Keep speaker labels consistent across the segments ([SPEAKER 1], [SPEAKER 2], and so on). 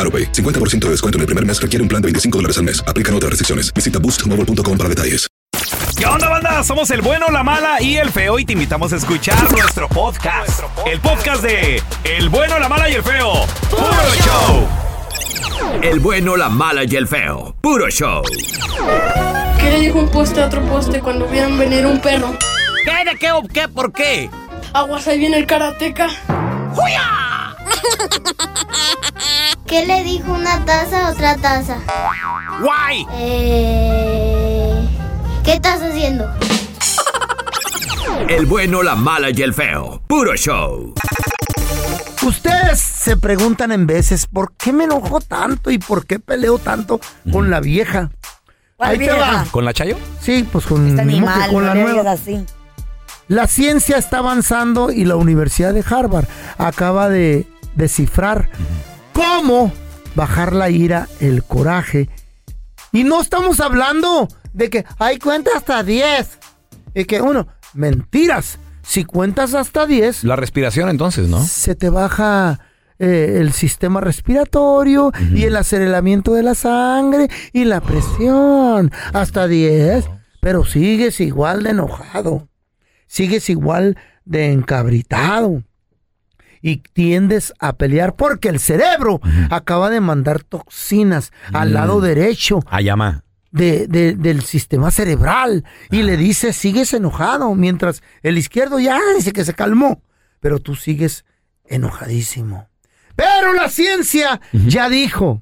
[SPEAKER 1] AroPay. 50% de descuento en el primer mes requiere un plan de 25 dólares al mes. Aplican otras restricciones. Visita boostmobile.com para detalles.
[SPEAKER 2] ¿Qué onda, banda? Somos el bueno, la mala y el feo y te invitamos a escuchar nuestro podcast. El podcast de El bueno, la mala y el feo. ¡Puro show!
[SPEAKER 3] El bueno, la mala y el feo. Puro show.
[SPEAKER 4] ¿Qué le dijo un poste a otro poste cuando vieron venir un perro?
[SPEAKER 3] ¿Qué, de qué, o qué, por qué?
[SPEAKER 4] Aguas, ahí viene el karateca.
[SPEAKER 5] ¿Qué le dijo una taza a otra taza?
[SPEAKER 3] ¡Guay!
[SPEAKER 5] Eh, ¿Qué estás haciendo?
[SPEAKER 3] El bueno, la mala y el feo. Puro show.
[SPEAKER 6] Ustedes se preguntan en veces por qué me enojo tanto y por qué peleo tanto con la vieja.
[SPEAKER 7] ¿Cuál
[SPEAKER 6] Ahí te
[SPEAKER 7] vieja?
[SPEAKER 6] va.
[SPEAKER 2] ¿Con la Chayo?
[SPEAKER 6] Sí, pues con,
[SPEAKER 7] Está
[SPEAKER 6] ni modo que
[SPEAKER 7] Este animal,
[SPEAKER 6] con
[SPEAKER 7] no
[SPEAKER 6] la
[SPEAKER 7] le
[SPEAKER 6] nueva.
[SPEAKER 7] digas así.
[SPEAKER 6] La ciencia está avanzando y la Universidad de Harvard acaba de descifrar cómo bajar la ira, el coraje. Y no estamos hablando de que, ay, cuenta hasta 10. Y que uno, mentiras. Si cuentas hasta 10,
[SPEAKER 2] La respiración entonces, ¿no?
[SPEAKER 6] se te baja eh, el sistema respiratorio y el aceleramiento de la sangre y la presión hasta 10, pero sigues igual de enojado, sigues igual de encabritado y tiendes a pelear porque el cerebro acaba de mandar toxinas al
[SPEAKER 3] Mm.
[SPEAKER 6] lado derecho
[SPEAKER 3] Ah,
[SPEAKER 2] A llama.
[SPEAKER 6] de- de- del sistema cerebral y
[SPEAKER 3] Ah.
[SPEAKER 6] le dice, sigues enojado, mientras el izquierdo ya dice que se calmó, pero tú sigues enojadísimo. Pero la ciencia ya dijo,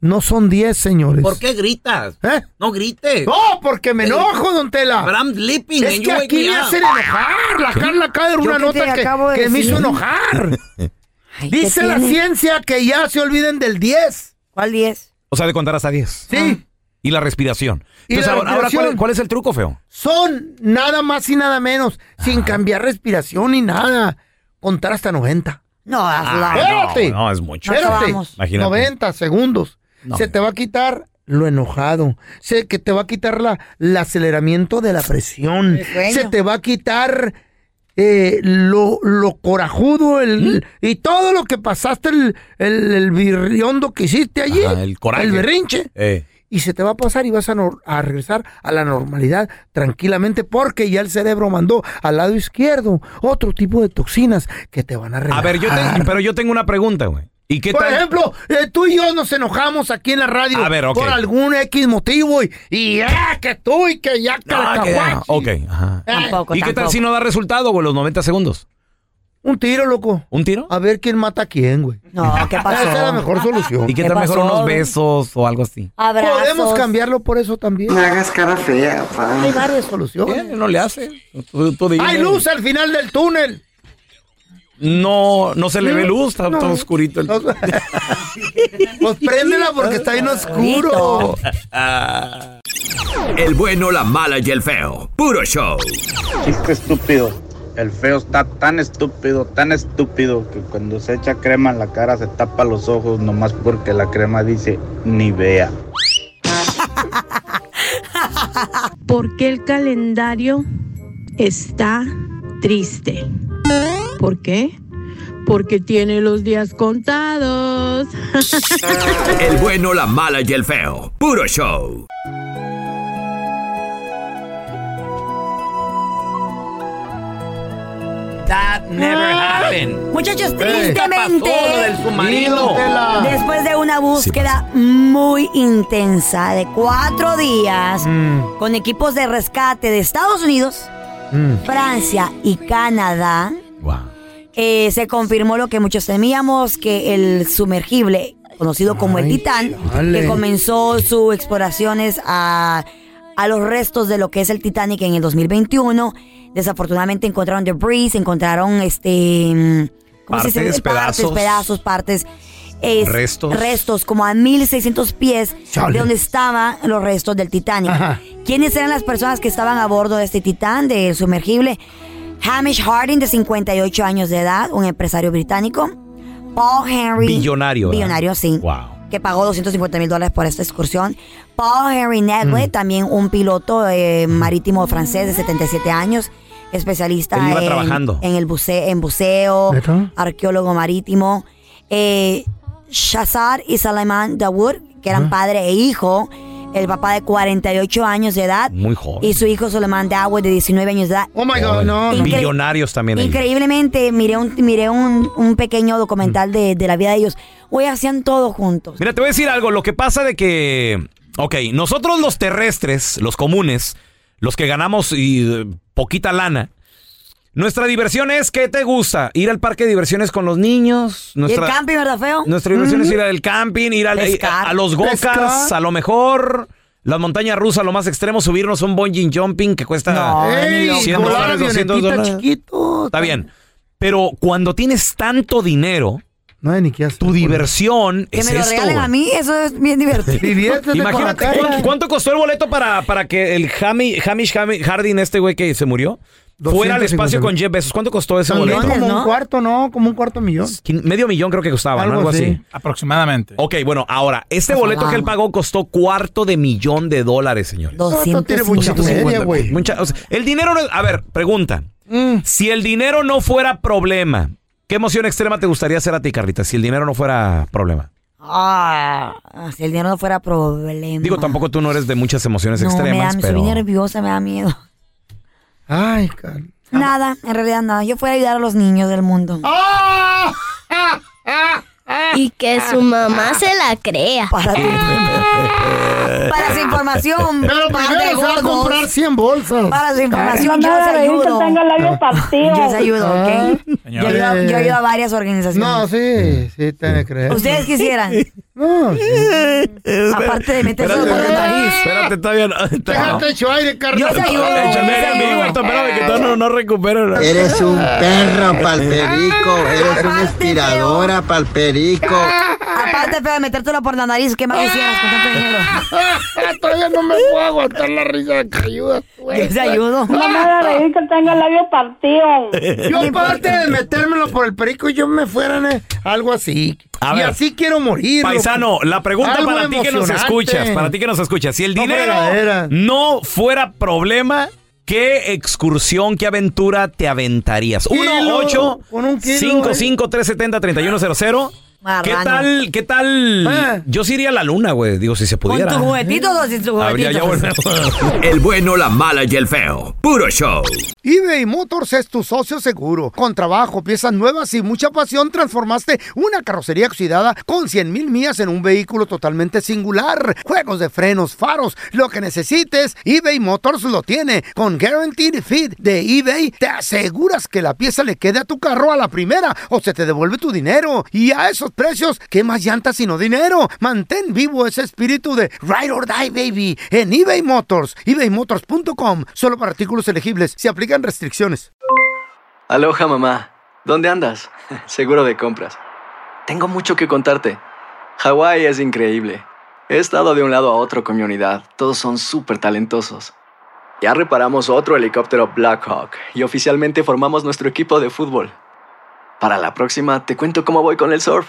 [SPEAKER 6] no son 10, señores.
[SPEAKER 3] ¿Por qué Eh, gritas?
[SPEAKER 6] ¿Eh?
[SPEAKER 3] No grites.
[SPEAKER 6] No, porque me enojo, don Tela.
[SPEAKER 3] But I'm sleeping
[SPEAKER 6] Es
[SPEAKER 3] and
[SPEAKER 6] que
[SPEAKER 3] you wake
[SPEAKER 6] aquí
[SPEAKER 3] me
[SPEAKER 6] me
[SPEAKER 3] up.
[SPEAKER 6] hacen enojar. La Carla acaba de dar
[SPEAKER 7] Ah, Yo
[SPEAKER 6] una
[SPEAKER 7] que te
[SPEAKER 6] nota que,
[SPEAKER 7] acabo de
[SPEAKER 6] que me hizo
[SPEAKER 7] decir.
[SPEAKER 6] enojar.
[SPEAKER 7] Ay, ¿qué
[SPEAKER 6] Dice la
[SPEAKER 7] tiene?
[SPEAKER 6] ciencia que ya se olviden del 10.
[SPEAKER 7] ¿Cuál 10?
[SPEAKER 2] O sea, de contar hasta 10.
[SPEAKER 6] Sí.
[SPEAKER 7] Ah.
[SPEAKER 2] Y la respiración.
[SPEAKER 6] Y
[SPEAKER 2] Entonces,
[SPEAKER 6] la
[SPEAKER 2] ahora, ahora,
[SPEAKER 6] respiración.
[SPEAKER 2] ¿cuál, cuál es el truco, feo?
[SPEAKER 6] Son nada más y nada menos,
[SPEAKER 7] Ah.
[SPEAKER 6] sin cambiar respiración ni nada. Contar hasta 90.
[SPEAKER 7] No, hazla.
[SPEAKER 6] Espérate.
[SPEAKER 2] no, no, es mucho.
[SPEAKER 7] No
[SPEAKER 6] Espérate.
[SPEAKER 7] acabamos.
[SPEAKER 2] Imagínate.
[SPEAKER 6] 90 segundos. Se te va a quitar lo enojado. Se que te va a quitar la, el aceleramiento de la presión.
[SPEAKER 7] El sueño.
[SPEAKER 6] Se te va a quitar eh, lo, lo corajudo
[SPEAKER 2] ¿Mm?
[SPEAKER 6] el, y todo lo que pasaste, el, el, el birriondo que hiciste allí.
[SPEAKER 2] Ajá, el coraje.
[SPEAKER 6] El berrinche.
[SPEAKER 2] Eh,
[SPEAKER 6] Y se te va a pasar y vas a, nor- a regresar a la normalidad tranquilamente porque ya el cerebro mandó al lado izquierdo otro tipo de toxinas que te van a
[SPEAKER 2] a
[SPEAKER 6] relajar.
[SPEAKER 2] ver, yo tengo, pero yo tengo una pregunta, güey. ¿Y qué
[SPEAKER 6] Por
[SPEAKER 2] tal?
[SPEAKER 6] ejemplo, eh, tú y yo nos enojamos aquí en la radio
[SPEAKER 2] A ver, ok.
[SPEAKER 6] por algún X motivo y, y ya que tú y que ya que
[SPEAKER 2] Ah,
[SPEAKER 6] la
[SPEAKER 2] que- ah,
[SPEAKER 6] caguachi.
[SPEAKER 2] ok, ajá.
[SPEAKER 6] Eh,
[SPEAKER 7] Tampoco,
[SPEAKER 2] ¿Y qué tal
[SPEAKER 7] tampoco.
[SPEAKER 2] si no da resultado, güey, los 90 segundos?
[SPEAKER 6] Un tiro, loco.
[SPEAKER 2] ¿Un tiro?
[SPEAKER 6] A ver quién mata a quién, güey.
[SPEAKER 7] Ah, No, ¿qué pasó?
[SPEAKER 6] Esa es la mejor solución.
[SPEAKER 2] ¿Y qué,
[SPEAKER 7] ¿Qué
[SPEAKER 2] tal mejor
[SPEAKER 7] pasó?
[SPEAKER 2] unos besos o algo así?
[SPEAKER 7] Abrazos.
[SPEAKER 6] Podemos cambiarlo por eso también.
[SPEAKER 8] hagas cara fea, pa.
[SPEAKER 6] Hay varias soluciones.
[SPEAKER 2] Bien, no le hace. Tú- tú dime.
[SPEAKER 6] Hay luz al final del túnel.
[SPEAKER 2] No, no se le ve luz, está
[SPEAKER 6] No.
[SPEAKER 2] todo oscurito. el-
[SPEAKER 6] Pues préndela porque está bien oscuro.
[SPEAKER 3] El bueno, la mala y el feo. Puro show.
[SPEAKER 8] Chiste estúpido. El feo está tan estúpido, tan estúpido, que cuando se echa crema en la cara se tapa los ojos nomás porque la crema dice ni vea.
[SPEAKER 9] ¿Por qué el calendario está triste? ¿Por qué? Porque tiene los días contados.
[SPEAKER 3] El bueno, la mala y el feo. Puro show.
[SPEAKER 10] That never happened.
[SPEAKER 7] Muchachos,
[SPEAKER 10] Ey.
[SPEAKER 7] tristemente,
[SPEAKER 10] ¿Qué pasó, lo del submarino? Sí, Tela.
[SPEAKER 7] después de una búsqueda muy intensa de cuatro días
[SPEAKER 10] Mm.
[SPEAKER 7] con equipos de rescate de Estados Unidos,
[SPEAKER 6] Mm.
[SPEAKER 7] Francia y Canadá, eh, se confirmó lo que muchos temíamos, que el sumergible, conocido como el Titán,
[SPEAKER 6] chale.
[SPEAKER 7] que comenzó sus exploraciones a, a los restos de lo que es el Titanic en el 2021, desafortunadamente encontraron debris, encontraron este... mm,
[SPEAKER 11] Partes,
[SPEAKER 7] Partes,
[SPEAKER 11] pedazos.
[SPEAKER 7] pedazos, partes... es-
[SPEAKER 11] Restos.
[SPEAKER 7] Restos, como a 1600 pies
[SPEAKER 11] Chale.
[SPEAKER 7] de donde estaban los restos del Titanic.
[SPEAKER 11] Ajá.
[SPEAKER 7] ¿Quiénes eran las personas que estaban a bordo de este Titán, del sumergible? Hamish Harding, de 58 años de edad, un empresario británico. Paul Henry.
[SPEAKER 11] Billonario, ¿verdad?
[SPEAKER 7] Billonario, sí. Que pagó 250 mil dólares por esta excursión. Paul Henry
[SPEAKER 11] Mm.
[SPEAKER 7] Negley, también un piloto eh, marítimo francés de 77 años, especialista
[SPEAKER 11] Él iba
[SPEAKER 7] en,
[SPEAKER 11] trabajando.
[SPEAKER 7] en el buce- en buceo,
[SPEAKER 11] ¿Neta?
[SPEAKER 7] arqueólogo marítimo. Eh, Shazar y Salaman Dawood, que eran padre e hijo, el papá de 48 años de edad.
[SPEAKER 11] Muy joven.
[SPEAKER 7] Y su hijo Salaman Dawood de 19 años de edad. Oh my
[SPEAKER 11] Ay, Billonarios también. ellos.
[SPEAKER 7] Increíblemente, miré un, miré un, un pequeño
[SPEAKER 6] Mm.
[SPEAKER 7] documental de, de la vida de ellos. Hoy hacían todo juntos.
[SPEAKER 2] Mira, te voy a decir algo. Lo que pasa de que. Ok, nosotros los terrestres, los comunes, los que ganamos y eh, poquita lana. Nuestra diversión es, ¿qué te gusta? Ir al parque de diversiones con los niños.
[SPEAKER 7] Y el
[SPEAKER 2] Nuestra,
[SPEAKER 7] camping, ¿verdad, feo?
[SPEAKER 2] nuestra diversión es
[SPEAKER 7] Ujú.
[SPEAKER 2] ir al camping, ir al-
[SPEAKER 7] Pescar.
[SPEAKER 2] a, a los gocas,
[SPEAKER 7] Pescar.
[SPEAKER 2] a lo mejor. Las montañas rusas, lo más extremo, subirnos a un bungee jumping que cuesta
[SPEAKER 6] No, ni loco.
[SPEAKER 2] 100
[SPEAKER 6] Volar
[SPEAKER 2] dólares, 200
[SPEAKER 6] avionetita
[SPEAKER 2] dólares. Está bien. Pero cuando tienes tanto dinero, tu diversión
[SPEAKER 7] Que
[SPEAKER 2] es
[SPEAKER 7] me lo
[SPEAKER 2] esto,
[SPEAKER 7] regalen
[SPEAKER 2] güey.
[SPEAKER 7] a mí, eso es bien divertido.
[SPEAKER 2] Imagínate, ¿cuánto, cuánto costó el boleto para, para que el Hami- Hamish Hami- Hardin, este güey que se murió, fuera al
[SPEAKER 6] 250
[SPEAKER 2] espacio con Jeff Bezos? ¿Cuánto costó ese
[SPEAKER 6] También
[SPEAKER 2] boleto?
[SPEAKER 6] como un cuarto, ¿no? Como un cuarto millón.
[SPEAKER 2] Quin- Medio millón creo que costaba, ¿no?
[SPEAKER 6] Algo
[SPEAKER 2] Algo así.
[SPEAKER 6] así.
[SPEAKER 2] Aproximadamente. Ok, bueno, ahora, este
[SPEAKER 6] Estás
[SPEAKER 2] boleto que él
[SPEAKER 6] hablando.
[SPEAKER 2] pagó costó cuarto de millón de dólares, señores.
[SPEAKER 6] Esto tiene mucha feria, güey.
[SPEAKER 2] Mucha- o sea, el dinero no es- A ver, pregunta.
[SPEAKER 6] Mm.
[SPEAKER 2] Si el dinero no fuera problema, ¿qué emoción extrema te gustaría hacer a ti, Carlita? Si el dinero no fuera problema.
[SPEAKER 7] Ah, si el dinero no fuera problema.
[SPEAKER 2] Digo, tampoco tú no eres de muchas emociones
[SPEAKER 7] no, me da,
[SPEAKER 2] extremas,
[SPEAKER 7] me
[SPEAKER 2] pero... Ah.
[SPEAKER 7] soy bien nerviosa, me da miedo.
[SPEAKER 6] Ay, Carlos.
[SPEAKER 7] Nada, en realidad nada. Yo fui a ayudar a los niños del mundo.
[SPEAKER 5] Y que su mamá se la crea.
[SPEAKER 7] Para, para su información.
[SPEAKER 6] Pero
[SPEAKER 7] par
[SPEAKER 6] primero
[SPEAKER 7] de
[SPEAKER 6] se va a
[SPEAKER 7] gordos.
[SPEAKER 6] comprar 100 bolsas.
[SPEAKER 7] Para su información, yo les ayudo. Yo les ayudo, ¿ok? Yo ayudo, yo ayudo a varias organizaciones.
[SPEAKER 6] No,
[SPEAKER 2] Mm.
[SPEAKER 6] sí, sí, te me crees.
[SPEAKER 7] Ustedes quisieran.
[SPEAKER 6] No,
[SPEAKER 7] Aparte de meterse
[SPEAKER 6] Espérate,
[SPEAKER 7] por el nariz.
[SPEAKER 2] Espérate, está bien.
[SPEAKER 6] Déjate hecho aire, Carlos.
[SPEAKER 7] Yo te ayudo.
[SPEAKER 2] Échame aire a mí, güey, espérame que todavía no, no recupero. Ah.
[SPEAKER 12] Eres un perro, palperico.
[SPEAKER 7] Ah,
[SPEAKER 12] Eres una inspiradora, palperico.
[SPEAKER 7] Aparte, feo, de metértelo por la nariz, ¿qué
[SPEAKER 2] Ah.
[SPEAKER 7] más quisieras con tanto dinero?
[SPEAKER 6] Todavía no me puedo aguantar la risa de que ayudas, güey.
[SPEAKER 7] Yo te ayudo.
[SPEAKER 6] No me
[SPEAKER 7] hagas
[SPEAKER 6] reír que tenga el labio partido. Yo
[SPEAKER 7] Ni
[SPEAKER 6] aparte de metérmelo por el perico, yo me fuera eh, algo así.
[SPEAKER 2] A
[SPEAKER 6] y
[SPEAKER 2] ver.
[SPEAKER 6] así quiero morir.
[SPEAKER 2] Paisano,
[SPEAKER 6] loco.
[SPEAKER 2] la pregunta
[SPEAKER 6] Algo
[SPEAKER 2] para ti que nos
[SPEAKER 6] emocionante.
[SPEAKER 2] escuchas, para ti que nos escuchas, si el
[SPEAKER 6] No
[SPEAKER 2] dinero
[SPEAKER 6] fregadera.
[SPEAKER 2] no fuera problema, ¿qué excursión, qué aventura te aventarías? 1
[SPEAKER 6] Kilo,
[SPEAKER 2] 8
[SPEAKER 6] con un kilo,
[SPEAKER 2] 5
[SPEAKER 6] eh.
[SPEAKER 2] 5 3 70 31 00 ¿Qué
[SPEAKER 7] Marrano.
[SPEAKER 2] tal? ¿Qué
[SPEAKER 6] Ah.
[SPEAKER 2] tal? Yo sí iría a la luna, güey, digo si se
[SPEAKER 7] ¿Con
[SPEAKER 2] pudiera.
[SPEAKER 7] tus juguetitos o sin tus
[SPEAKER 2] Habría
[SPEAKER 7] juguetitos?
[SPEAKER 2] ya volver.
[SPEAKER 3] El bueno, la mala y el feo. Puro show.
[SPEAKER 6] eBay Motors es tu socio seguro. Con trabajo, piezas nuevas y mucha pasión, transformaste una carrocería oxidada con 100 mil millas en un vehículo totalmente singular. Juegos de frenos, faros, lo que necesites, eBay Motors lo tiene. Con Guaranteed Fit de eBay, te aseguras que la pieza le quede a tu carro a la primera o se te devuelve tu dinero. Y a esos precios, ¿qué más llantas sino dinero? Mantén vivo ese espíritu de Ride or Die, baby, en eBay Motors. ebaymotors.com, solo para artículos elegibles. Se aplican restricciones.
[SPEAKER 13] Aloha mamá, ¿dónde andas? Seguro de compras. Tengo mucho que contarte. Hawái es increíble. He estado de un lado a otro con mi unidad. Todos son súper talentosos. Ya reparamos otro helicóptero Blackhawk y oficialmente formamos nuestro equipo de fútbol. Para la próxima te cuento cómo voy con el surf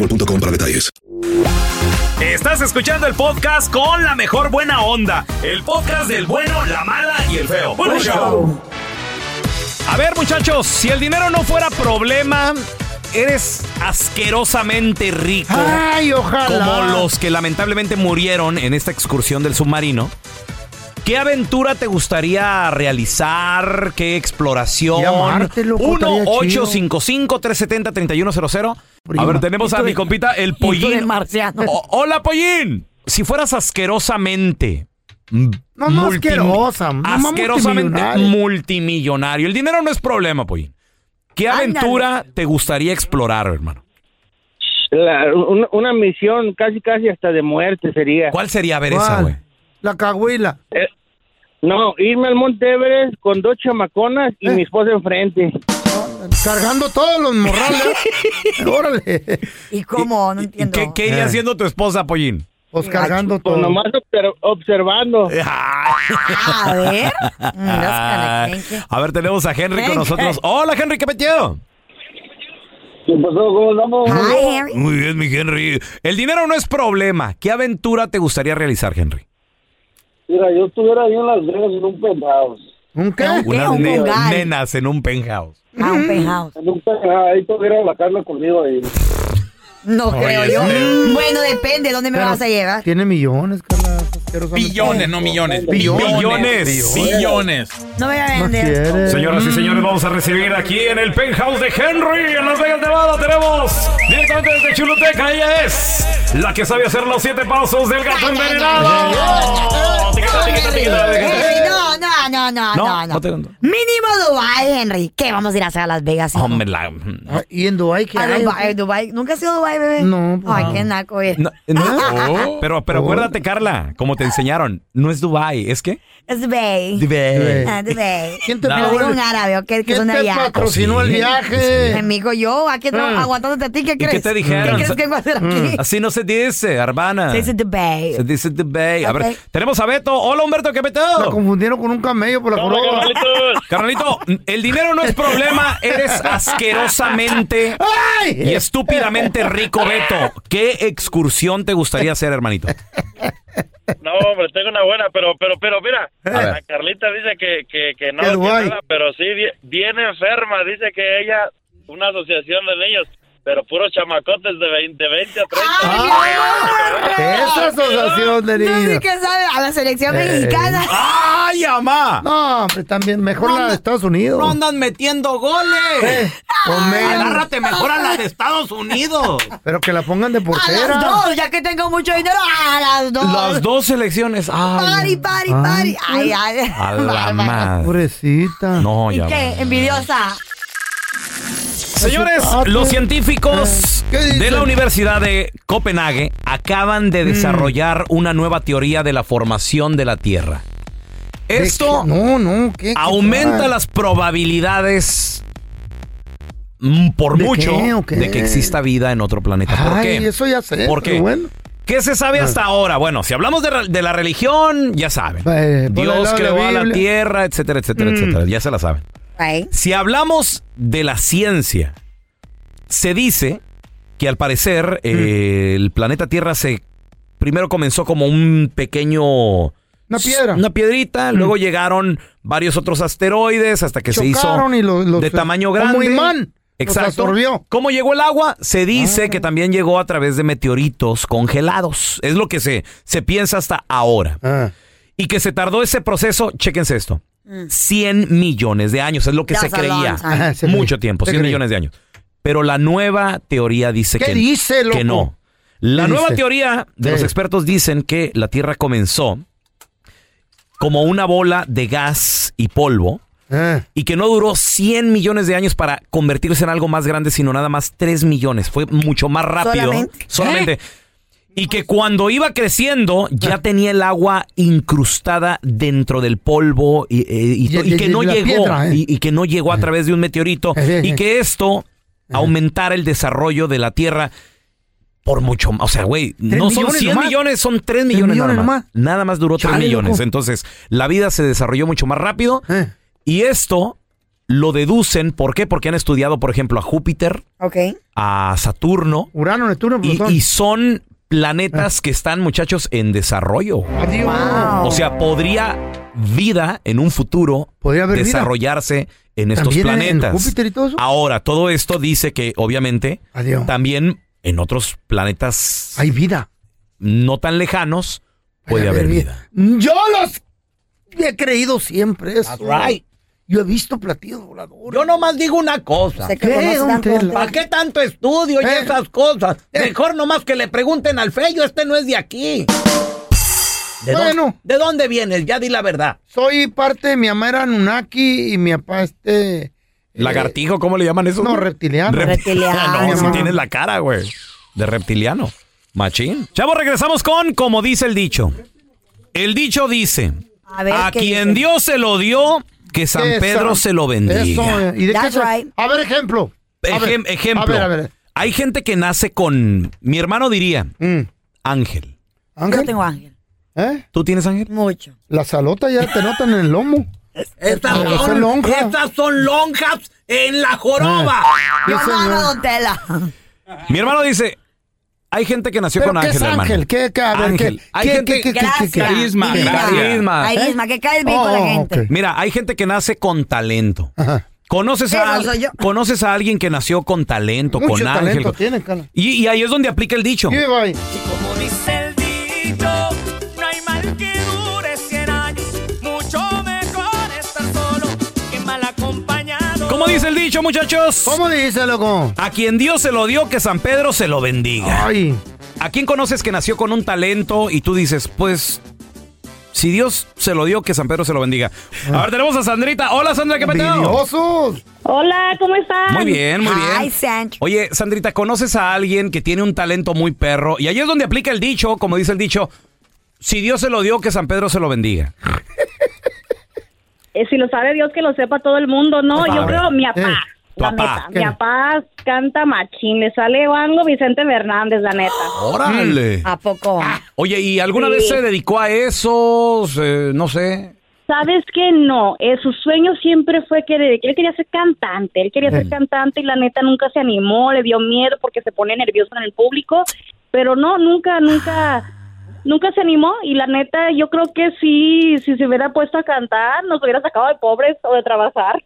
[SPEAKER 1] para detalles.
[SPEAKER 2] Estás escuchando el podcast con la mejor buena onda. El podcast del bueno, la mala y el feo. Bueno, show. A ver, muchachos, si el dinero no fuera problema, eres asquerosamente rico.
[SPEAKER 6] Ay, ojalá.
[SPEAKER 2] Como los que lamentablemente murieron en esta excursión del submarino. ¿Qué aventura te gustaría realizar? ¿Qué exploración?
[SPEAKER 6] Y a Marte, loco, estaría chido.
[SPEAKER 2] 1-855-370-3100. A ver, tenemos a
[SPEAKER 6] Esto
[SPEAKER 2] mi
[SPEAKER 6] de-
[SPEAKER 2] compita, el
[SPEAKER 6] esto de
[SPEAKER 2] pollín.
[SPEAKER 6] marciano.
[SPEAKER 2] O- hola, pollín. Si fueras asquerosamente. mm,
[SPEAKER 6] No, no
[SPEAKER 2] multi-
[SPEAKER 6] asquerosa, mamá
[SPEAKER 2] Asquerosamente
[SPEAKER 6] multimillonaria.
[SPEAKER 2] multimillonario. El dinero no es problema, pollín. ¿Qué
[SPEAKER 14] Ándale.
[SPEAKER 2] aventura te gustaría explorar, hermano?
[SPEAKER 14] La- un- una misión casi, casi hasta de muerte sería.
[SPEAKER 2] ¿Cuál sería a ver esa, güey?
[SPEAKER 14] La cagüila. no, irme al Monte Everest con dos chamaconas y mi esposa enfrente.
[SPEAKER 6] Eh. Cargando todos los morrales. Órale.
[SPEAKER 7] ¿Y cómo? No entiendo.
[SPEAKER 2] ¿Qué, qué iría
[SPEAKER 6] Eh.
[SPEAKER 2] haciendo tu esposa, pollín?
[SPEAKER 6] Pues
[SPEAKER 15] Ah,
[SPEAKER 6] cargando
[SPEAKER 14] Pues
[SPEAKER 6] todo.
[SPEAKER 14] nomás obser- observando.
[SPEAKER 7] A ver.
[SPEAKER 6] Mm,
[SPEAKER 7] Mm,
[SPEAKER 2] Ah, A ver, tenemos a Henry con
[SPEAKER 7] Henry.
[SPEAKER 2] nosotros. Hola, Henry, ¿qué metido?
[SPEAKER 14] ¿Qué pasó? ¿Cómo andamos?
[SPEAKER 2] Muy bien, mi Henry. El dinero no es problema. ¿Qué aventura te gustaría realizar, Henry?
[SPEAKER 14] Mira, yo estuviera ahí en Las Vegas en un penthouse.
[SPEAKER 6] ¿Un
[SPEAKER 14] qué?
[SPEAKER 15] Ah,
[SPEAKER 14] ¿Un qué?
[SPEAKER 2] Unas
[SPEAKER 14] ¿Un
[SPEAKER 2] ne-
[SPEAKER 14] congal?
[SPEAKER 2] nenas en un penthouse.
[SPEAKER 7] Ah, un penthouse.
[SPEAKER 14] En un penthouse, ahí tuviera la carne conmigo ahí.
[SPEAKER 7] No
[SPEAKER 6] Oye,
[SPEAKER 7] creo yo.
[SPEAKER 6] este-
[SPEAKER 7] Bueno, depende. ¿Dónde me
[SPEAKER 6] Pero
[SPEAKER 7] vas a llevar?
[SPEAKER 6] Tiene millones, Carla.
[SPEAKER 15] Billones, no millones.
[SPEAKER 6] Billones.
[SPEAKER 15] Billones. Billones.
[SPEAKER 7] No me voy a vender.
[SPEAKER 2] Señoras y señores, vamos a recibir aquí en el penthouse de Henry, en Las Vegas, Nevada, tenemos directamente desde Chuluteca, ella es la que sabe hacer los siete pasos del gato envenenado. Tiquita, tiquita, tiquita, tiquita.
[SPEAKER 7] Henry, no, no, no, no, no, no. Mínimo Dubai, Henry. ¿Qué vamos a ir a hacer a Las Vegas? hijo?
[SPEAKER 2] Hombre, la-
[SPEAKER 6] Ah, ¿Y en Dubai qué
[SPEAKER 7] A
[SPEAKER 6] hay?
[SPEAKER 7] Dubai, Dubai. ¿Nunca has ido a Dubai, bebé?
[SPEAKER 6] No,
[SPEAKER 7] Ay, qué naco, eh.
[SPEAKER 2] No, no. Pero,
[SPEAKER 6] Oh.
[SPEAKER 2] pero acuérdate, Carla, como te enseñaron, no es Dubai, ¿es qué?
[SPEAKER 7] Es Dubai.
[SPEAKER 2] Dubai.
[SPEAKER 7] Ah, Dubai.
[SPEAKER 6] ¿Quién
[SPEAKER 2] te pagó el-
[SPEAKER 7] un árabe, ¿o qué? Que
[SPEAKER 6] ¿Quién
[SPEAKER 7] son
[SPEAKER 6] te
[SPEAKER 7] allá.
[SPEAKER 6] patrocinó el viaje? Ah.
[SPEAKER 7] Sí. Amigo, yo, aquí tra-
[SPEAKER 2] Mm.
[SPEAKER 7] aguantándote a ti, ¿qué
[SPEAKER 2] ¿Y
[SPEAKER 7] crees?
[SPEAKER 2] qué te dijeron?
[SPEAKER 7] ¿Qué crees que vengo a hacer aquí?
[SPEAKER 2] Mm, Así no se dice, hermana.
[SPEAKER 7] Se dice Dubai.
[SPEAKER 2] Se dice Dubai. A
[SPEAKER 7] Ok.
[SPEAKER 2] ver, tenemos a Beto. Hola, Humberto, ¿qué metido?
[SPEAKER 6] La confundieron con un camello por la joroba.
[SPEAKER 2] Carnalito, el dinero no es problema. Eres asquerosamente
[SPEAKER 6] ¡Ay!
[SPEAKER 2] y estúpidamente rico, Beto. ¿Qué excursión te gustaría hacer, hermanito?
[SPEAKER 16] No, hombre, tengo una buena, pero, pero, pero, mira,
[SPEAKER 2] A ver.
[SPEAKER 16] la Carlita dice que, que, que no,
[SPEAKER 2] Que
[SPEAKER 16] que
[SPEAKER 2] Dubái.
[SPEAKER 16] nada, pero sí, bien, bien enferma, dice que ella, una asociación de niños, pero puros chamacotes de 20, 20 a 30.
[SPEAKER 6] Esa asociación de
[SPEAKER 7] No
[SPEAKER 6] niños.
[SPEAKER 7] sé qué sabe a la selección
[SPEAKER 6] Eh.
[SPEAKER 7] mexicana.
[SPEAKER 2] ¡Ay, mamá!
[SPEAKER 6] No, hombre, también mejor la de Estados Unidos.
[SPEAKER 2] andan metiendo goles. Agárrate mejor a la de Estados Unidos.
[SPEAKER 6] Pero que la pongan de
[SPEAKER 7] A
[SPEAKER 6] portera.
[SPEAKER 7] las dos, ya que tengo mucho dinero, a las dos.
[SPEAKER 2] Las dos selecciones.
[SPEAKER 7] Party,
[SPEAKER 2] Ay,
[SPEAKER 7] party, party. Ay, ay.
[SPEAKER 2] a la madre.
[SPEAKER 6] Pobrecita.
[SPEAKER 2] No,
[SPEAKER 7] ¿Y
[SPEAKER 2] ya. va.
[SPEAKER 7] qué? Envidiosa.
[SPEAKER 2] Señores, los científicos de la Universidad de Copenhague acaban
[SPEAKER 6] Mm.
[SPEAKER 2] de desarrollar una nueva teoría de la formación de la Tierra. Esto
[SPEAKER 6] No, no, ¿qué? qué
[SPEAKER 2] aumenta
[SPEAKER 6] tal?
[SPEAKER 2] las probabilidades mm, por
[SPEAKER 6] ¿De
[SPEAKER 2] mucho
[SPEAKER 6] qué o qué?
[SPEAKER 2] de que exista vida en otro planeta. ¿Por
[SPEAKER 6] Ay, Ah.
[SPEAKER 2] qué?
[SPEAKER 6] eso ya sé.
[SPEAKER 2] ¿Por qué?
[SPEAKER 6] pero bueno.
[SPEAKER 2] ¿Qué se sabe hasta ahora? Bueno, si hablamos de, ra- de la religión, ya saben.
[SPEAKER 6] Eh, por el
[SPEAKER 2] Dios
[SPEAKER 6] lado de la
[SPEAKER 2] creó a la
[SPEAKER 6] Biblia.
[SPEAKER 2] tierra, etcétera, etcétera,
[SPEAKER 6] Mm.
[SPEAKER 2] etcétera. Ya se la saben. Si hablamos de la ciencia, se dice que al parecer eh, el planeta Tierra se primero comenzó como un pequeño una
[SPEAKER 6] piedra.
[SPEAKER 2] una piedrita, luego llegaron varios otros asteroides hasta que
[SPEAKER 6] Chocaron
[SPEAKER 2] se hizo
[SPEAKER 6] y los- los-
[SPEAKER 2] de tamaño
[SPEAKER 6] como
[SPEAKER 2] grande.
[SPEAKER 6] imán, los
[SPEAKER 2] Exacto.
[SPEAKER 6] absorbió. Ah.
[SPEAKER 2] ¿Cómo llegó el agua? Se dice que también llegó a través de meteoritos congelados. Es lo que se, se piensa hasta ahora.
[SPEAKER 6] Ah.
[SPEAKER 2] Y que se tardó ese proceso, chéquense esto. 100 millones de años, es lo que
[SPEAKER 6] That's
[SPEAKER 2] se
[SPEAKER 6] a
[SPEAKER 2] creía.
[SPEAKER 6] long time. Ajá, se
[SPEAKER 2] Mucho
[SPEAKER 6] creía,
[SPEAKER 2] tiempo,
[SPEAKER 6] se
[SPEAKER 2] 100
[SPEAKER 6] creía.
[SPEAKER 2] millones de años. Pero la nueva teoría dice
[SPEAKER 6] ¿Qué
[SPEAKER 2] que,
[SPEAKER 6] dice, loco?
[SPEAKER 2] que no. La
[SPEAKER 6] ¿Qué
[SPEAKER 2] nueva
[SPEAKER 6] dice?
[SPEAKER 2] teoría de los
[SPEAKER 6] Eh.
[SPEAKER 2] expertos dicen que la Tierra comenzó como una bola de gas y polvo
[SPEAKER 6] Ah.
[SPEAKER 2] y que no duró 100 millones de años para convertirse en algo más grande, sino nada más 3 millones. Fue mucho más rápido.
[SPEAKER 7] ¿Solamente?
[SPEAKER 2] Solamente. Y que cuando iba creciendo ya tenía el agua incrustada dentro del polvo y, eh, y
[SPEAKER 11] Y-
[SPEAKER 2] to- y
[SPEAKER 11] y-
[SPEAKER 2] que
[SPEAKER 11] y
[SPEAKER 2] no
[SPEAKER 11] la
[SPEAKER 2] llegó
[SPEAKER 11] piedra, ¿eh?
[SPEAKER 2] y, y que no llegó a través de un meteorito
[SPEAKER 11] Ajá.
[SPEAKER 2] y que esto aumentara el desarrollo de la Tierra por mucho más. O sea, güey,
[SPEAKER 11] Tres
[SPEAKER 2] no son
[SPEAKER 11] millones
[SPEAKER 2] 100
[SPEAKER 11] nomás.
[SPEAKER 2] millones, son 3
[SPEAKER 11] Tres
[SPEAKER 2] millones,
[SPEAKER 11] millones
[SPEAKER 2] nada más.
[SPEAKER 11] nomás.
[SPEAKER 2] Nada más duró 3
[SPEAKER 11] Chale,
[SPEAKER 2] millones. ¿eh?
[SPEAKER 11] loco.
[SPEAKER 2] Entonces, la vida se desarrolló mucho más rápido y esto lo deducen, ¿por qué? Porque han estudiado, por ejemplo, a Júpiter,
[SPEAKER 7] Ok.
[SPEAKER 2] a Saturno.
[SPEAKER 6] Urano, Neptuno,
[SPEAKER 2] y, y son
[SPEAKER 11] Ah.
[SPEAKER 2] planetas que están, muchachos, en desarrollo. O sea, podría vida en un futuro
[SPEAKER 6] haber vida.
[SPEAKER 2] desarrollarse en estos
[SPEAKER 6] ¿También en- en
[SPEAKER 2] planetas.
[SPEAKER 6] Júpiter y todo eso?
[SPEAKER 2] Ahora, todo esto dice que, obviamente,
[SPEAKER 6] Adiós.
[SPEAKER 2] también en otros planetas
[SPEAKER 6] Hay vida.
[SPEAKER 2] no tan lejanos puede haber vida. Ah,
[SPEAKER 6] Yo los he creído siempre eso.
[SPEAKER 11] right.
[SPEAKER 6] Yo he visto platillos voladores.
[SPEAKER 11] Yo nomás digo una cosa.
[SPEAKER 6] Se que ¿Qué, conoce don tanto. Tela?
[SPEAKER 11] ¿Para qué tanto estudio
[SPEAKER 6] Eh.
[SPEAKER 11] y esas cosas? Mejor nomás que le pregunten al Fello, este no es de aquí. ¿De,
[SPEAKER 6] Bueno.
[SPEAKER 11] dónde, ¿De dónde vienes? Ya di la verdad.
[SPEAKER 6] Soy parte de mi mamá era Anunnaki y mi papá este...
[SPEAKER 2] ¿Lagartijo? ¿Cómo le llaman eso?
[SPEAKER 6] No, reptiliano. Reptiliano.
[SPEAKER 2] no,
[SPEAKER 6] Ajá.
[SPEAKER 2] si tienes la cara, güey. De reptiliano. Machín. Chavos, regresamos con como dice el dicho. El dicho dice,
[SPEAKER 7] A
[SPEAKER 2] a,
[SPEAKER 7] ver, ¿qué
[SPEAKER 2] quien
[SPEAKER 7] dice?
[SPEAKER 2] Dios se lo dio, que San
[SPEAKER 6] Esa-
[SPEAKER 2] Pedro se lo bendiga.
[SPEAKER 6] Eso, eh. ¿Y de qué
[SPEAKER 7] That's
[SPEAKER 6] se-
[SPEAKER 7] right.
[SPEAKER 6] A ver, ejemplo. A ver,
[SPEAKER 2] Ejem- ejemplo.
[SPEAKER 6] A ver, a ver.
[SPEAKER 2] Hay gente que nace con, mi hermano diría, ángel.
[SPEAKER 6] Mm. Ángel.
[SPEAKER 7] Yo tengo ángel.
[SPEAKER 6] ¿Eh?
[SPEAKER 2] ¿Tú tienes ángel?
[SPEAKER 7] Mucho.
[SPEAKER 6] La salota ya te notan en el lomo.
[SPEAKER 11] Estas
[SPEAKER 6] Pero son
[SPEAKER 11] son,
[SPEAKER 6] lonjas.
[SPEAKER 11] estas son lonjas en la joroba.
[SPEAKER 6] Ah,
[SPEAKER 7] Yo
[SPEAKER 6] eso
[SPEAKER 7] no,
[SPEAKER 6] no.
[SPEAKER 7] no, don Tela.
[SPEAKER 2] Mi hermano dice, hay gente que nació
[SPEAKER 6] ¿Pero
[SPEAKER 2] con
[SPEAKER 6] qué
[SPEAKER 2] ángel,
[SPEAKER 6] es
[SPEAKER 2] hermano.
[SPEAKER 6] ángel? ¿Qué- qué- a ver,
[SPEAKER 2] Ángel.
[SPEAKER 6] qué-
[SPEAKER 2] Hay
[SPEAKER 6] qué-
[SPEAKER 2] gente
[SPEAKER 6] qué- qué- qué-
[SPEAKER 7] Gracias.
[SPEAKER 6] qué-
[SPEAKER 2] Carisma,
[SPEAKER 7] Dignidad.
[SPEAKER 2] carisma.
[SPEAKER 7] Carisma, que caes bien con la
[SPEAKER 6] Oh,
[SPEAKER 7] gente.
[SPEAKER 6] ok.
[SPEAKER 2] Mira, hay gente que nace con talento. Conoces
[SPEAKER 7] Eso
[SPEAKER 2] a, al-
[SPEAKER 7] soy yo.
[SPEAKER 2] conoces a alguien que nació con talento,
[SPEAKER 6] Mucho
[SPEAKER 2] con ángel.
[SPEAKER 6] talento
[SPEAKER 2] con-
[SPEAKER 6] tiene, Carla.
[SPEAKER 2] Y, y ahí es donde aplica el dicho.
[SPEAKER 6] Sí, voy.
[SPEAKER 10] Como dice el dicho, no hay mal que dure 100 años. Mucho mejor estar solo que mal acompañado.
[SPEAKER 2] ¿Cómo dice el dicho, muchachos?
[SPEAKER 6] ¿Cómo dice, loco?
[SPEAKER 2] A quien Dios se lo dio, que San Pedro se lo bendiga.
[SPEAKER 6] Ay.
[SPEAKER 2] ¿A quién conoces que nació con un talento y tú dices, pues, si Dios se lo dio, que San Pedro se lo bendiga? A ver, tenemos a Sandrita. Hola, Sandra, ¿qué peteo?
[SPEAKER 6] Ah. ¡Envidiosos!
[SPEAKER 17] Hola, ¿cómo están?
[SPEAKER 2] Muy bien, muy bien.
[SPEAKER 7] Ay, Sancho.
[SPEAKER 2] Oye, Sandrita, ¿conoces a alguien que tiene un talento muy perro? Y ahí es donde aplica el dicho, como dice el dicho, si Dios se lo dio, que San Pedro se lo bendiga.
[SPEAKER 17] Eh, si lo sabe Dios, que lo sepa todo el mundo, ¿no?
[SPEAKER 2] Papá, a
[SPEAKER 17] Yo
[SPEAKER 2] ver.
[SPEAKER 17] creo mi
[SPEAKER 2] Eh,
[SPEAKER 17] papá.
[SPEAKER 2] tu
[SPEAKER 17] La
[SPEAKER 2] papá.
[SPEAKER 17] neta, mi papá canta machín, le sale algo Vicente Fernández, la neta. Ah.
[SPEAKER 2] ¡Órale!
[SPEAKER 7] Mm, ¿A poco?
[SPEAKER 2] Oye, ¿y alguna
[SPEAKER 17] Sí.
[SPEAKER 2] vez se dedicó a eso? Se- no sé.
[SPEAKER 17] Sabes que no, eh, su sueño siempre fue que que él quería ser cantante, él quería ser
[SPEAKER 2] Mm.
[SPEAKER 17] cantante y la neta nunca se animó, le dio miedo porque se pone nervioso en el público, pero no, nunca, nunca, nunca se animó y la neta yo creo que sí, si se hubiera puesto a cantar nos hubiera sacado de pobres o de trabajar.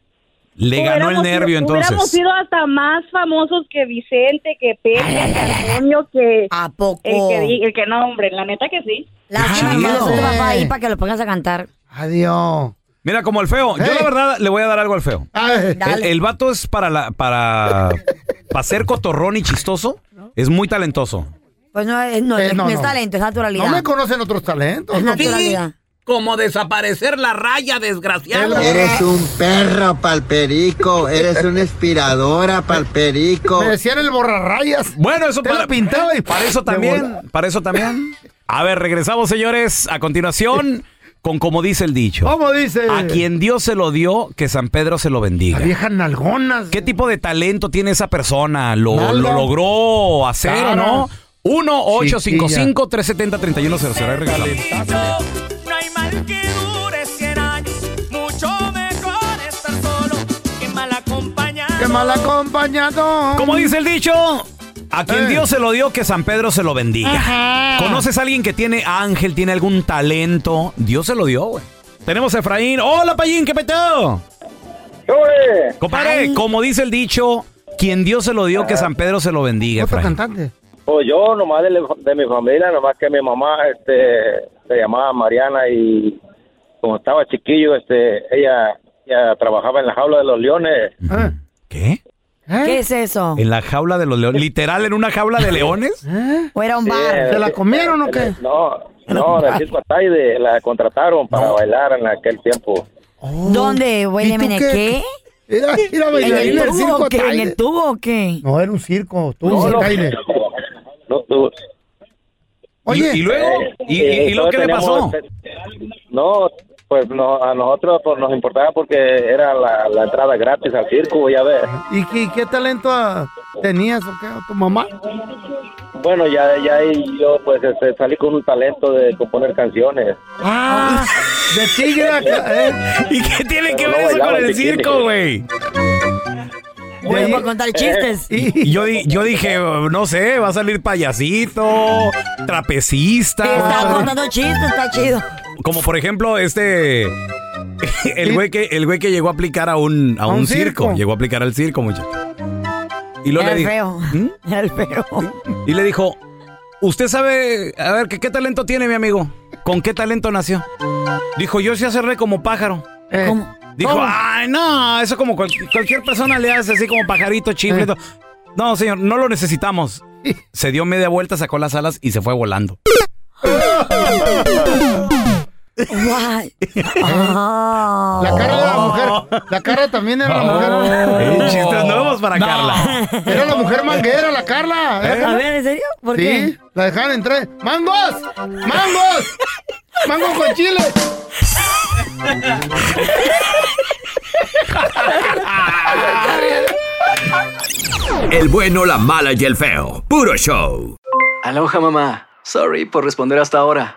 [SPEAKER 2] Le ganó el
[SPEAKER 17] Hubiéramos
[SPEAKER 2] nervio
[SPEAKER 17] sido- Hubiéramos
[SPEAKER 2] entonces.
[SPEAKER 17] sido hasta más famosos que Vicente, que Pepe, que Antonio, que...
[SPEAKER 7] ¿A poco?
[SPEAKER 17] El
[SPEAKER 3] Ah,
[SPEAKER 17] que,
[SPEAKER 3] oh.
[SPEAKER 17] di- el que no, hombre, la neta que sí.
[SPEAKER 2] Ah,
[SPEAKER 7] Lástima que no estuvo papá ahí para que lo pongas a cantar.
[SPEAKER 6] Adiós.
[SPEAKER 2] Mira, como el feo. Yo la verdad le voy a dar algo al feo. El, el vato es para la, para, para ser cotorrón y chistoso. Es muy talentoso.
[SPEAKER 7] Pues no, es- no,
[SPEAKER 6] Eh,
[SPEAKER 7] no
[SPEAKER 6] no,
[SPEAKER 7] es
[SPEAKER 6] no.
[SPEAKER 7] talento, es naturalidad.
[SPEAKER 6] No me conocen otros talentos.
[SPEAKER 7] Es
[SPEAKER 6] ¿no?
[SPEAKER 7] naturalidad.
[SPEAKER 11] Como desaparecer la raya, desgraciado.
[SPEAKER 12] Eres un perro palperico, eres una inspiradora palperico.
[SPEAKER 6] Me decían el borrarrayas.
[SPEAKER 2] Bueno, eso
[SPEAKER 6] Te lo
[SPEAKER 2] para-
[SPEAKER 6] pintaba y
[SPEAKER 2] Para eso
[SPEAKER 6] de
[SPEAKER 2] también.
[SPEAKER 6] volada.
[SPEAKER 2] Para eso también. A ver, regresamos, señores. A continuación, con como dice el dicho.
[SPEAKER 6] ¿Cómo dice?
[SPEAKER 2] A quien Dios se lo dio, que San Pedro se lo bendiga.
[SPEAKER 6] Viejas nalgonas.
[SPEAKER 2] ¿Qué tipo de talento tiene esa persona? ¿Lo,
[SPEAKER 6] Nada.
[SPEAKER 2] lo logró hacer
[SPEAKER 6] Cara.
[SPEAKER 2] o no? 1-855-370-3100. Ahí regresamos.
[SPEAKER 10] No hay mal que dure 100 años. Mucho mejor estar solo que mal acompañado.
[SPEAKER 6] Qué mal acompañado. Eh.
[SPEAKER 2] Como dice el dicho, a quien Dios se lo dio, que San Pedro se lo bendiga. ¿Conoces a alguien que tiene ángel, tiene algún talento? Dios se lo dio, güey. Tenemos a Efraín. ¡Hola, Payín! ¿Qué peteo? Compadre, como dice el dicho, quien Dios se lo dio, que San Pedro se lo bendiga,
[SPEAKER 6] Otro
[SPEAKER 2] Efraín.
[SPEAKER 6] cantante.
[SPEAKER 18] Pues yo nomás de, la- de mi familia, nomás que mi mamá este, se llamaba Mariana y como estaba chiquillo, este, ella, ella trabajaba en la jaula de los leones.
[SPEAKER 6] ¿Eh?
[SPEAKER 7] ¿Qué es eso?
[SPEAKER 2] En la jaula de los leones. ¿Literal en una jaula de leones?
[SPEAKER 6] ¿Eh?
[SPEAKER 7] ¿O era un
[SPEAKER 18] Sí,
[SPEAKER 7] bar?
[SPEAKER 18] en- en- No, no, en el circo Ataide la contrataron para bailar en aquel tiempo.
[SPEAKER 7] ¿Dónde, güey?
[SPEAKER 6] ¿Y tú
[SPEAKER 7] ¿En el
[SPEAKER 6] qué?
[SPEAKER 7] qué?
[SPEAKER 6] Era- era bailarina
[SPEAKER 7] ¿En
[SPEAKER 6] del
[SPEAKER 7] el tubo
[SPEAKER 6] circo
[SPEAKER 7] o qué? ¿En
[SPEAKER 6] Tyler.
[SPEAKER 7] el tubo o qué?
[SPEAKER 6] No, era un circo. Tú,
[SPEAKER 7] No, no.
[SPEAKER 6] Tyler.
[SPEAKER 18] No, no.
[SPEAKER 6] Oye.
[SPEAKER 2] ¿Y luego? ¿Y, y-
[SPEAKER 6] eh,
[SPEAKER 2] y luego qué le pasó?
[SPEAKER 6] este-
[SPEAKER 18] este, No, pues no, a nosotros pues, nos importaba porque era la, la entrada gratis al circo, ya ves.
[SPEAKER 6] ¿Y qué, qué talento ah, tenías o qué? ¿Tu mamá?
[SPEAKER 18] Bueno, ya, ya ahí yo pues este, salí con un talento de componer canciones.
[SPEAKER 6] Ah, de tigre. acá, ¿eh?
[SPEAKER 2] ¿Y qué tiene que
[SPEAKER 18] Pero
[SPEAKER 2] ver
[SPEAKER 18] no
[SPEAKER 2] eso
[SPEAKER 18] bailaba
[SPEAKER 2] con
[SPEAKER 18] en
[SPEAKER 2] el
[SPEAKER 18] bikini.
[SPEAKER 2] circo, güey?
[SPEAKER 7] Bueno, para contar chistes.
[SPEAKER 2] eh, Y Yo, di- yo dije, no sé, va a salir payasito,
[SPEAKER 7] Estaba
[SPEAKER 2] trapecista.
[SPEAKER 7] contando chistes, está chido.
[SPEAKER 2] Como por ejemplo, este. El güey que, el güey que llegó a aplicar a un, a un, circo. Llegó a aplicar al circo, muchacho. Y luego
[SPEAKER 7] Era
[SPEAKER 2] le ¿Mm?
[SPEAKER 7] el
[SPEAKER 2] dijo.
[SPEAKER 7] feo. Era el feo.
[SPEAKER 2] Y le dijo, ¿usted sabe, a ver, ¿qué, qué talento tiene mi amigo? ¿Con qué talento nació? Dijo, yo sé hacerle como pájaro.
[SPEAKER 6] Eh,
[SPEAKER 2] Dijo,
[SPEAKER 10] ¿Cómo?
[SPEAKER 2] ay, no, eso como cual- cualquier persona le hace así como pajarito,
[SPEAKER 6] Eh.
[SPEAKER 2] chifle. todo". No, señor, no lo necesitamos. Se dio media vuelta, sacó las alas y se fue volando.
[SPEAKER 7] Guay. Ah.
[SPEAKER 6] La cara de la mujer. La cara también era la mujer.
[SPEAKER 2] Eh, chistes nuevos para Carla.
[SPEAKER 6] Era la mujer manguera, la Carla. ¿eh, Carla?
[SPEAKER 7] ¿en serio?
[SPEAKER 6] sí, la dejaron entrar. ¡Mangos! ¡Mangos! ¡Mango con chile!
[SPEAKER 3] El bueno, la mala y el feo. Puro show.
[SPEAKER 13] Aloha mamá. Sorry por responder hasta ahora.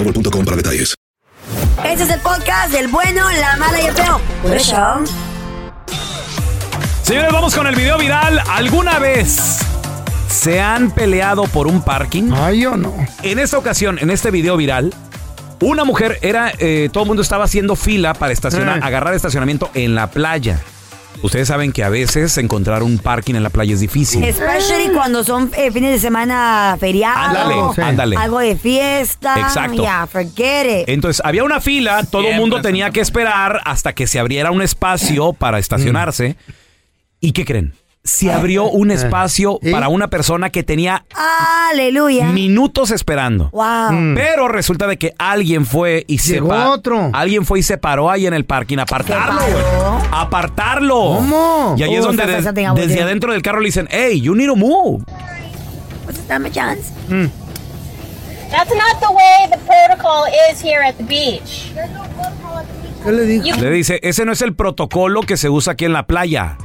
[SPEAKER 1] para detalles.
[SPEAKER 7] Este es el podcast del bueno, la mala y el feo. Por eso.
[SPEAKER 2] Señores, vamos con el video viral. ¿Alguna vez se han peleado por un parking?
[SPEAKER 6] Ay, yo no.
[SPEAKER 2] En esta ocasión, en este video viral, una mujer era. eh, todo el mundo estaba haciendo fila para estacionar,
[SPEAKER 6] Eh.
[SPEAKER 2] agarrar estacionamiento en la playa. Ustedes saben que a veces encontrar un parking en la playa es difícil.
[SPEAKER 6] Mm.
[SPEAKER 7] Especially cuando son eh, fines de semana feriados.
[SPEAKER 2] Ándale, sí. ándale.
[SPEAKER 7] Algo de fiesta.
[SPEAKER 2] Exacto.
[SPEAKER 7] Ya, forget it.
[SPEAKER 2] Entonces, había una fila, todo el mundo tenía que esperar hasta que se abriera un espacio para
[SPEAKER 6] Mm.
[SPEAKER 2] estacionarse. ¿Y qué creen?
[SPEAKER 6] Ah,
[SPEAKER 2] Se abrió
[SPEAKER 6] eh,
[SPEAKER 2] un espacio para una persona que tenía
[SPEAKER 7] Aleluya.
[SPEAKER 2] minutos esperando.
[SPEAKER 7] Wow.
[SPEAKER 6] Mm.
[SPEAKER 2] Pero resulta de que alguien fue y se
[SPEAKER 7] Llegó
[SPEAKER 2] pa- Alguien fue y se paró ahí en el parking a apartarlo, güey. Apartarlo.
[SPEAKER 7] ¿Cómo?
[SPEAKER 2] Y ahí es
[SPEAKER 7] Oh,
[SPEAKER 2] donde
[SPEAKER 7] so-
[SPEAKER 2] de-
[SPEAKER 7] so- something I would
[SPEAKER 2] desde
[SPEAKER 7] do.
[SPEAKER 2] adentro del carro le dicen, hey, you need to move.
[SPEAKER 7] Dame chance.
[SPEAKER 19] That's not the way the protocol is here at the beach.
[SPEAKER 6] ¿Qué le dijo?
[SPEAKER 2] Le dice, ese no es el protocolo que se usa aquí en la playa.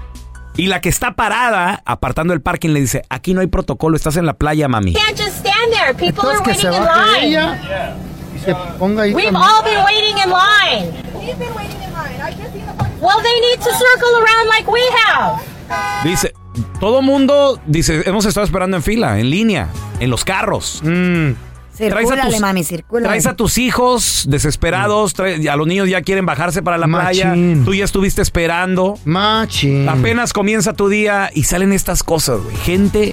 [SPEAKER 2] Y la que está parada apartando el parking le dice, aquí no hay protocolo, estás en la playa, mami.
[SPEAKER 19] You can't just stand there. People
[SPEAKER 6] Entonces,
[SPEAKER 19] are
[SPEAKER 6] que
[SPEAKER 19] waiting
[SPEAKER 6] se
[SPEAKER 19] in
[SPEAKER 6] baje
[SPEAKER 19] line.
[SPEAKER 6] ella. Y se ponga ahí.
[SPEAKER 19] We've
[SPEAKER 6] también.
[SPEAKER 19] all been waiting in line. We've been waiting in line. I just seen the Well, they need to circle around like we have.
[SPEAKER 2] Dice, todo mundo, dice, hemos estado esperando en fila, en línea, en los carros. Traes a
[SPEAKER 7] Circúlale,
[SPEAKER 2] tus-
[SPEAKER 7] mami, circúlale.
[SPEAKER 2] Traes a tus hijos desesperados, trae- a los niños ya quieren bajarse para la playa,
[SPEAKER 6] Machín.
[SPEAKER 2] tú ya estuviste esperando.
[SPEAKER 6] Machín.
[SPEAKER 2] Apenas comienza tu día Ah, y salen estas cosas, güey. Gente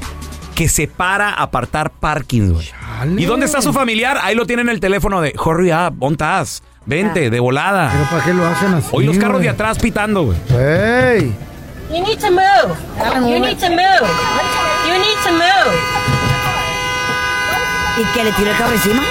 [SPEAKER 2] que se para a apartar parking, güey. ¿Y dónde está su familiar? Ahí lo tienen en el teléfono de Hurry up, on task, Vente, de volada. ¿Pero
[SPEAKER 6] para qué lo hacen así?
[SPEAKER 2] Hoy los carros
[SPEAKER 6] güey?
[SPEAKER 2] de atrás pitando, güey.
[SPEAKER 6] ¡Ey!
[SPEAKER 19] You need to move. You need to move. You need to move.
[SPEAKER 7] ¿Y que le tiró el carro encima?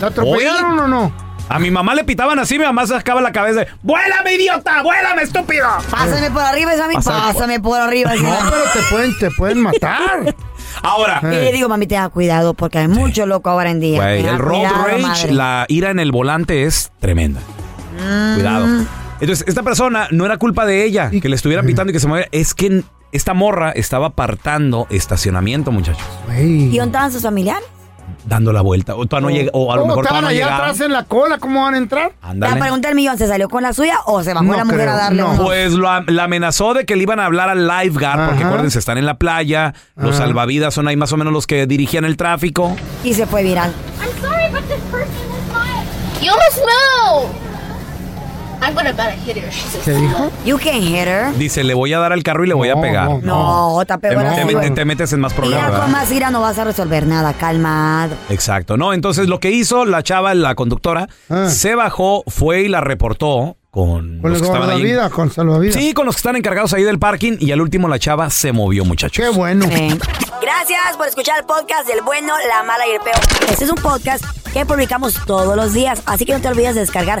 [SPEAKER 6] ¿La atropellaron o no?
[SPEAKER 2] A mi mamá le pitaban así, mi mamá sacaba la cabeza. ¡Vuélame, idiota! ¡Vuélame, estúpido!
[SPEAKER 7] Pásame por arriba, mami.
[SPEAKER 2] Pásame por-
[SPEAKER 7] Pásame por arriba.
[SPEAKER 2] No, pero
[SPEAKER 7] te pueden, te pueden matar.
[SPEAKER 2] Ahora.
[SPEAKER 7] Y
[SPEAKER 6] Eh.
[SPEAKER 7] le digo, mami, tenga cuidado porque hay mucho loco ahora en día.
[SPEAKER 2] Güey,
[SPEAKER 7] Tenga
[SPEAKER 2] el road
[SPEAKER 7] cuidado,
[SPEAKER 2] rage,
[SPEAKER 7] madre.
[SPEAKER 2] la ira en el volante es tremenda.
[SPEAKER 7] Mm.
[SPEAKER 2] Cuidado. Entonces, esta persona no era culpa de ella que le
[SPEAKER 6] eh.
[SPEAKER 2] estuviera pitando y que se moviera. Es que n- esta morra estaba apartando estacionamiento, muchachos.
[SPEAKER 7] ¿Y dónde estaban sus familiares?
[SPEAKER 2] Dando la vuelta. O, todavía no llega- o a lo
[SPEAKER 6] ¿Cómo
[SPEAKER 2] mejor
[SPEAKER 6] Oh. estaban
[SPEAKER 2] todavía no
[SPEAKER 6] allá
[SPEAKER 2] llegaba.
[SPEAKER 6] atrás en la cola? ¿Cómo van a entrar?
[SPEAKER 2] Ándale.
[SPEAKER 7] La pregunta del millón, ¿se salió con la suya o se bajó la mujer a darle? un-
[SPEAKER 2] Pues lo am- la amenazó de que le iban a hablar al lifeguard, porque acuérdense, están en la playa, los salvavidas son ahí más o menos los que dirigían el tráfico.
[SPEAKER 7] Y se fue viral.
[SPEAKER 19] I'm sorry, but this person is mine. You must know. I'm gonna bet I hit her. She's a
[SPEAKER 7] You can hit her.
[SPEAKER 2] Dice, le voy a dar al carro y le voy a pegar.
[SPEAKER 7] No, está
[SPEAKER 2] Ah, Te,
[SPEAKER 7] peor.
[SPEAKER 2] te
[SPEAKER 7] así,
[SPEAKER 2] met-
[SPEAKER 7] güey.
[SPEAKER 2] te metes en más problemas.
[SPEAKER 7] Mira,
[SPEAKER 2] ¿verdad?
[SPEAKER 7] con más ira no vas a resolver nada, calmado.
[SPEAKER 2] Exacto, ¿no? Entonces lo que hizo la chava, la conductora, se bajó, fue y la reportó con,
[SPEAKER 6] Ah. Con
[SPEAKER 2] los que estaban ahí.
[SPEAKER 6] salvavidas, con salvavidas.
[SPEAKER 2] Sí, con los que están encargados ahí del parking y al último la chava se movió, muchachos. Qué
[SPEAKER 6] bueno.
[SPEAKER 7] Gracias por escuchar el podcast del bueno, la mala y el peor. Este es un podcast que publicamos todos los días, así que no te olvides de descargar